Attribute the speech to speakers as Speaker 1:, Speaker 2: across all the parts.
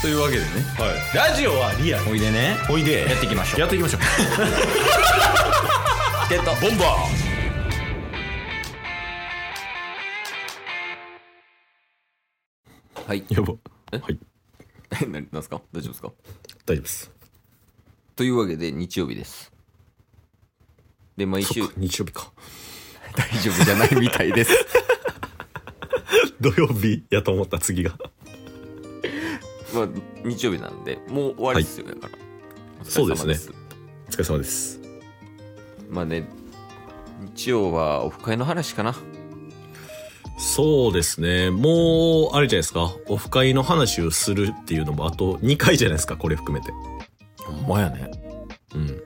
Speaker 1: というわけでね
Speaker 2: はい、ラジオはリアル
Speaker 1: おいでね
Speaker 2: おいで
Speaker 1: やっていきましょう
Speaker 2: やっていきましょう
Speaker 1: ゲット
Speaker 2: ボンバ
Speaker 1: はい
Speaker 2: ーやば
Speaker 1: え
Speaker 2: はい
Speaker 1: え 何ですか大丈夫ですか
Speaker 2: 大丈夫です
Speaker 1: というわけで日曜日ですで毎週
Speaker 2: そっか日曜日か
Speaker 1: 大丈夫じゃないみたいです
Speaker 2: 土曜日やと思った次が
Speaker 1: まあ日曜日なんでもう終わりですよ、だからお疲れ様
Speaker 2: そうですお疲れ様です
Speaker 1: まあね日曜はオフ会の話かな
Speaker 2: そうですねもうあれじゃないですかオフ会の話をするっていうのもあと2回じゃないですかこれ含めて
Speaker 1: ほんまやね
Speaker 2: うん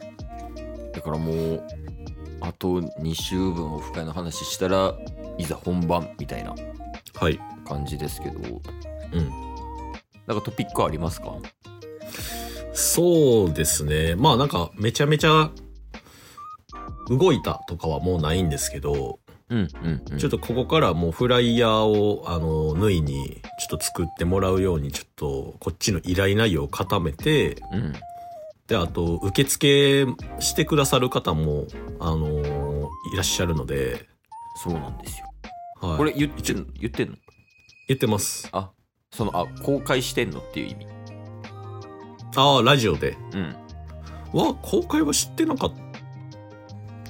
Speaker 1: だからもうあと2週分オフ会の話したらいざ本番みたいな
Speaker 2: はい
Speaker 1: 感じですけど
Speaker 2: うん
Speaker 1: なんかトピックありますか
Speaker 2: そうですね。まあなんかめちゃめちゃ動いたとかはもうないんですけど、
Speaker 1: うんうん、うん、
Speaker 2: ちょっとここからもうフライヤーをあの、縫いにちょっと作ってもらうようにちょっとこっちの依頼内容を固めて、
Speaker 1: うん
Speaker 2: で、あと受付してくださる方も、あの、いらっしゃるので、
Speaker 1: そうなんですよ
Speaker 2: はい。
Speaker 1: これ言ってんの言ってんの
Speaker 2: 言ってます。
Speaker 1: あそのあ公開してんのっていう意味
Speaker 2: ああ、ラジオで。
Speaker 1: うん
Speaker 2: は、公開は知ってなかっ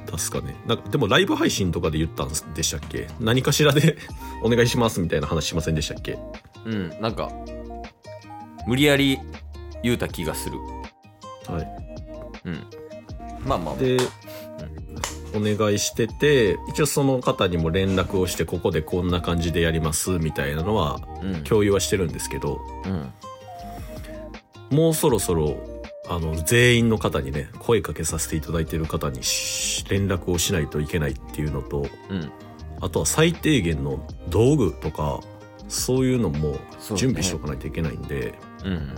Speaker 2: たっすかね。なんか、でもライブ配信とかで言ったんでしたっけ何かしらで お願いしますみたいな話しませんでしたっけ
Speaker 1: うんなんか無理やり言うた気がする
Speaker 2: はい。
Speaker 1: うんまあまあ
Speaker 2: で、お願いしてて、一応その方にも連絡をして、ここでこんな感じでやりますみたいなのは
Speaker 1: うん
Speaker 2: 共有はしてるんですけど、
Speaker 1: うん
Speaker 2: もうそろそろ、あの、全員の方にね、声かけさせていただいてる方にし連絡をしないといけないっていうのと、
Speaker 1: うん
Speaker 2: あとは最低限の道具とかそういうのも
Speaker 1: そうね
Speaker 2: 準備しておかないといけないんで、
Speaker 1: うん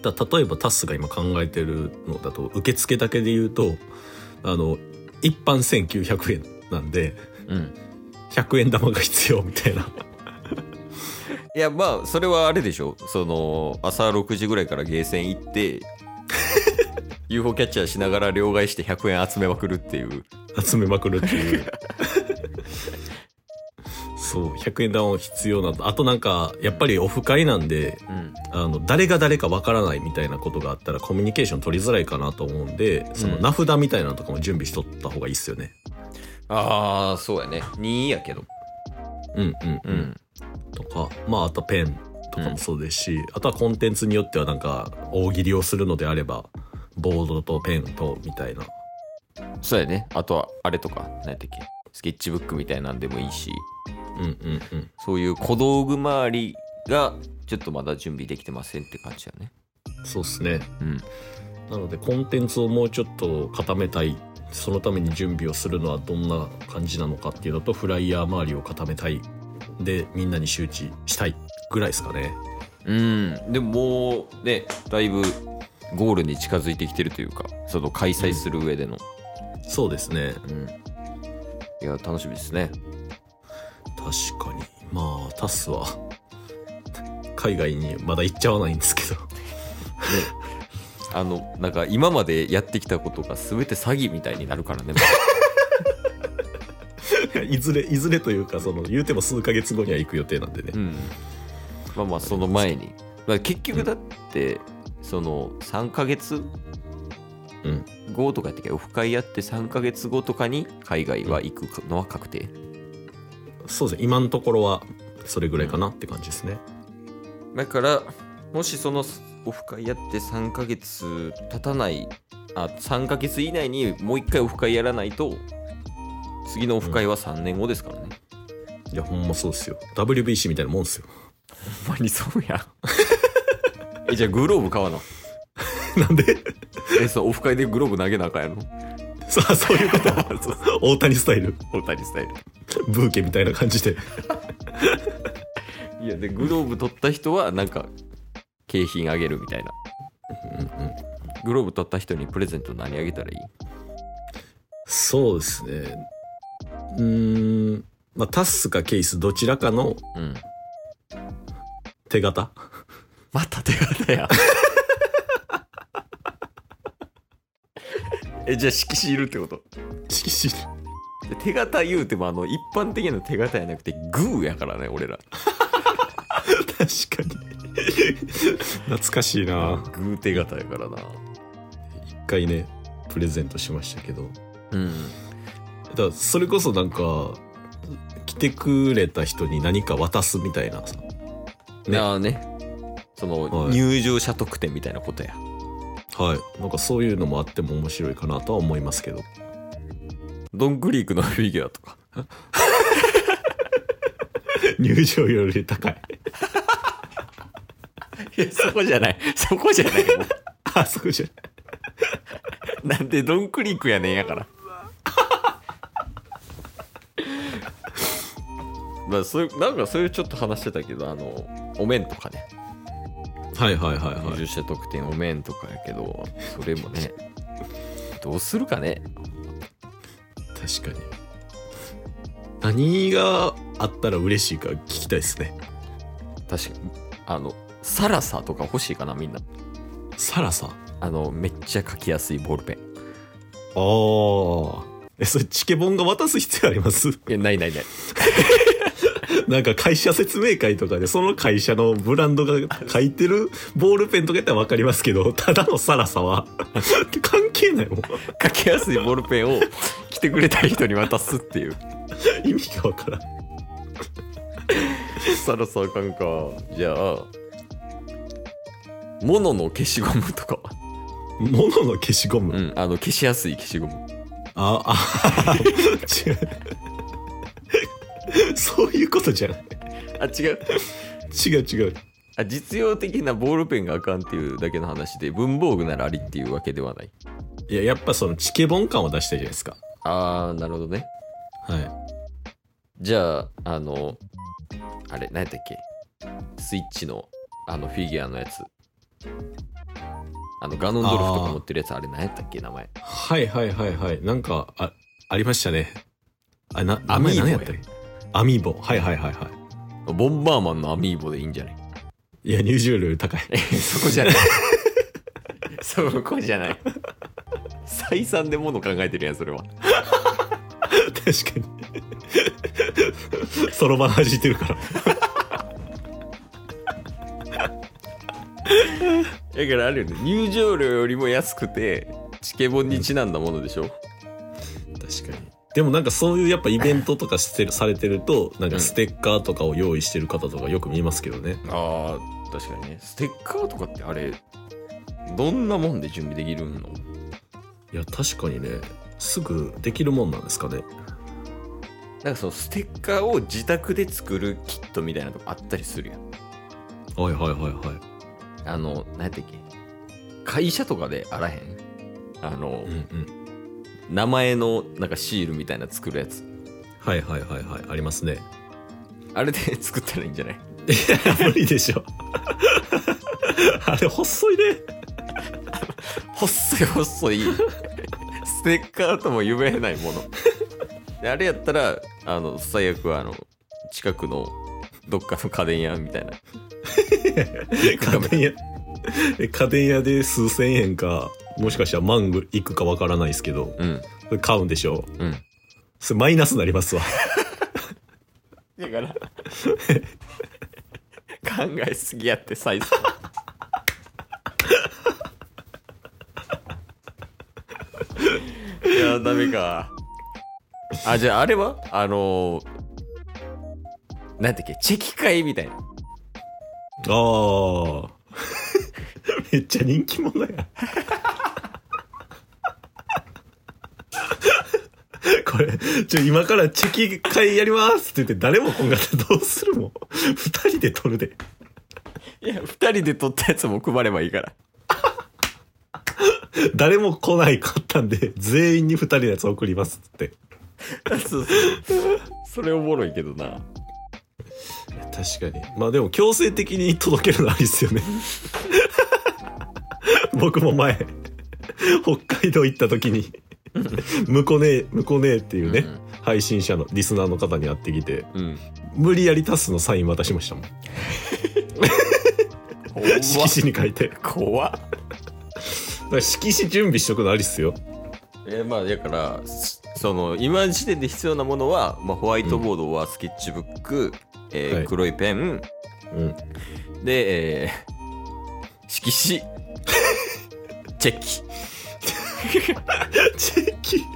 Speaker 2: だ例えばタスが今考えてるのだと受付だけで言うとあの一般1900円なんで
Speaker 1: うん
Speaker 2: 100円玉が必要みたいな
Speaker 1: いやまあそれはあれでしょその朝6時ぐらいからゲーセン行って UFO キャッチャーしながら両替して100円集めまくるっていう
Speaker 2: 集めまくるっていう そう100円玉も必要なんだあとなんかやっぱりオフ会なんで
Speaker 1: うん
Speaker 2: あの誰が誰かわからないみたいなことがあったらコミュニケーション取りづらいかなと思うんでその
Speaker 1: うん
Speaker 2: 名札みたいなのとかも準備しとった方がいいっすよね。
Speaker 1: ああそうやね2位やけど
Speaker 2: うんうん
Speaker 1: う
Speaker 2: うんん。とかまああとペンとかもそうですし、あとはコンテンツによってはなんか大喜利をするのであればボードとペンとみたいな。
Speaker 1: そうやねあとはあれとか何やったっけスケッチブックみたいなんでもいいし
Speaker 2: うんうんうん。
Speaker 1: そういう小道具周りがちょっとまだ準備できてませんって感じだね
Speaker 2: そうっすね。
Speaker 1: うん
Speaker 2: なのでコンテンツをもうちょっと固めたい。そのために準備をするのはどんな感じなのかっていうのとフライヤー周りを固めたいでみんなに周知したいぐらいですかね。
Speaker 1: うんでももうねだいぶゴールに近づいてきてるというかその開催する上での
Speaker 2: そうですね
Speaker 1: うんいや楽しみですね
Speaker 2: 確かにまあタスは海外にまだ行っちゃわないんですけど
Speaker 1: あのなんか今までやってきたことが全て詐欺みたいになるからね
Speaker 2: いずれいずれというかその言うても数ヶ月後には行く予定なんでね
Speaker 1: うんまあまあその前に、まあ、結局だって、その3ヶ月
Speaker 2: うん
Speaker 1: 後とかやったっけオフ会やって3ヶ月後とかに海外は行くのは確定
Speaker 2: そうですね今のところはそれぐらいかなって感じですね
Speaker 1: だからもしそのオフ会やって3ヶ月経たないあ3ヶ月以内にもう一回オフ会やらないと次のオフ会は3年後ですからね、
Speaker 2: いやほんまそうですよ WBC みたいなもんですよ
Speaker 1: ほんまにそうや えじゃあグローブ買わな
Speaker 2: なんで
Speaker 1: えそうオフ会でグローブ投げなあかんやろ
Speaker 2: さあそういうこと大谷スタイル
Speaker 1: 大谷スタイル
Speaker 2: ブーケみたいな感じで
Speaker 1: いやでグローブ取った人はなんか景品あげるみたいなグローブ取った人にプレゼント何あげたらいい
Speaker 2: そうですねうーんまあタスかケイスどちらかの
Speaker 1: うん
Speaker 2: 手形
Speaker 1: また手形や。 え、じゃあ色紙いるってこと
Speaker 2: 色紙
Speaker 1: で手形言うてもあの一般的な手形やなくてグーやからね俺ら
Speaker 2: 確かに懐かしいな
Speaker 1: グー手形やからな
Speaker 2: 一回ねプレゼントしましたけど
Speaker 1: うん
Speaker 2: だからそれこそなんか来てくれた人に何か渡すみたいなさね
Speaker 1: ねあねその
Speaker 2: はい
Speaker 1: 入場者特典みたいなことや、
Speaker 2: はいなんかそういうのもあっても面白いかなとは思いますけど
Speaker 1: ドングリークのフィギュアとか
Speaker 2: 入場より高い
Speaker 1: いやそこじゃないそこじゃない
Speaker 2: あそこじゃ
Speaker 1: なんでドングリークやねんやからまあそういうなんかそういうちょっと話してたけどあのお面とかね
Speaker 2: はいはいはいは
Speaker 1: 入場
Speaker 2: い
Speaker 1: 者特典お面とかやけどそれもねどうするかね
Speaker 2: 確かに何があったら嬉しいか聞きたいですね
Speaker 1: 確かにあのサラサとか欲しいかなみんな
Speaker 2: サラさんあ
Speaker 1: あのめっちゃ書きやすいボールペン
Speaker 2: あえそれチケボンが渡す必要あります
Speaker 1: いやないないない
Speaker 2: なんか会社説明会とかでその会社のブランドが書いてるボールペンとかやったら分かりますけどただのサラさは 関係ないもん
Speaker 1: 書きやすいボールペンを来てくれた人に渡すっていう
Speaker 2: 意味が分からん
Speaker 1: サラサあかんかじゃあモノの消しゴムとか
Speaker 2: 物の消しゴ ム、
Speaker 1: うんあの消しやすい消しゴム
Speaker 2: ああ違うそういうことじゃない
Speaker 1: あ違う
Speaker 2: 違う違う
Speaker 1: あ実用的なボールペンがあかんっていうだけの話で文房具ならありっていうわけではない
Speaker 2: いややっぱそのチケボン感を出したいじゃないですか
Speaker 1: あーなるほどね
Speaker 2: はい
Speaker 1: じゃあ、あの、あれ、何やったっけスイッチの、あの、フィギュアのやつ。あの、ガノンドルフとか持ってるやつ、あれ、何やったっけ名前。
Speaker 2: はいはいはいはいなんかあありましたねあな
Speaker 1: アミーボ
Speaker 2: 名前何やったっけアミーボはいはいはいは
Speaker 1: ボンバーマンのアミーボでいいんじゃない
Speaker 2: いいや入場料より高い
Speaker 1: そこじゃない。 そこじゃない。採算でもの考えてるやん、それは。
Speaker 2: 確かに そろばん弾いてるから
Speaker 1: だからあるよね、入場料よりも安くて、チケボンにちなんだものでしょ。
Speaker 2: 確かにでもなんかそういうやっぱイベント とかしてるされてるとなんかステッカーとかを用意してる方とかよく見ますけどね
Speaker 1: ああ、確かにね。ステッカーとかって、あれ、どんなもんで準備できるの
Speaker 2: いや確かにねすぐできるもんなんですかね
Speaker 1: なんかそのステッカーを自宅で作るキットみたいなのとかあったりするやん。
Speaker 2: はいはいはいは
Speaker 1: あの、何やったっけ会社とかであらへんあの
Speaker 2: い、うんうん
Speaker 1: 名前のなんかシールみたいな作るやつ。
Speaker 2: はいはいはいはいあります ね
Speaker 1: あれで作ったらいいんじゃない
Speaker 2: 無理でしょ あれ細いね
Speaker 1: 細い細いステッカーとも呼べないもの。であれやったら、あの、最悪はあの、近くのどっかの家電屋みたいな。
Speaker 2: 家電屋え家電屋で数千円かもしかしたら万ぐいくかわからないですけど
Speaker 1: うん、
Speaker 2: 買うんでしょ
Speaker 1: うん。
Speaker 2: それマイナスになりますわ
Speaker 1: だから考えすぎやってサイズいやダメかあじゃああれはあのー、なんてっけチェキ会みたいな
Speaker 2: あー めっちゃ人気者や これちょ今からチェキ会やりますって言って誰もこんかったらどうするもん2人で撮るで
Speaker 1: いや2人で撮ったやつも配ればいいから
Speaker 2: 誰も来ないかったんで全員に2人のやつ送りますって
Speaker 1: そうそうそれおもろいけどな
Speaker 2: 確かにまあでも強制的に届けるのありっすよね 僕も前北海道行った時に「むこねえむこねえ」っていうね、
Speaker 1: うん
Speaker 2: 配信者のリスナーの方に会ってきて
Speaker 1: うん
Speaker 2: 無理やりタスのサイン渡しましたもん色紙に書いてだか
Speaker 1: 怖っ
Speaker 2: ら色紙準備しとくのありっすよ
Speaker 1: えまあだからすその今時点で必要なものは、まあ、ホワイトボードはスケッチブック、えー
Speaker 2: はい
Speaker 1: 黒いペン
Speaker 2: うん
Speaker 1: で、えー、色紙 チェキ
Speaker 2: チェキ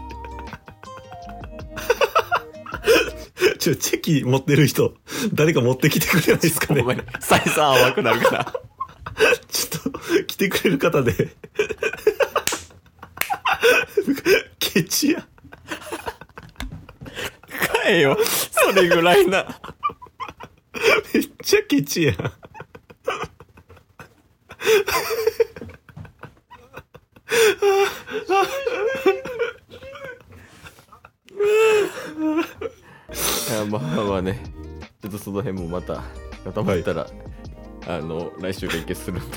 Speaker 2: ちょチェキ持ってる人誰か持ってきてくれないですかね
Speaker 1: お前採算甘くなるから
Speaker 2: ちょっと来てくれる方でケチや
Speaker 1: 買えよそれぐらいな
Speaker 2: めっちゃケチやん
Speaker 1: いやまあまあねちょっとその辺もまた固まったら、あの来週連携するんで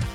Speaker 3: す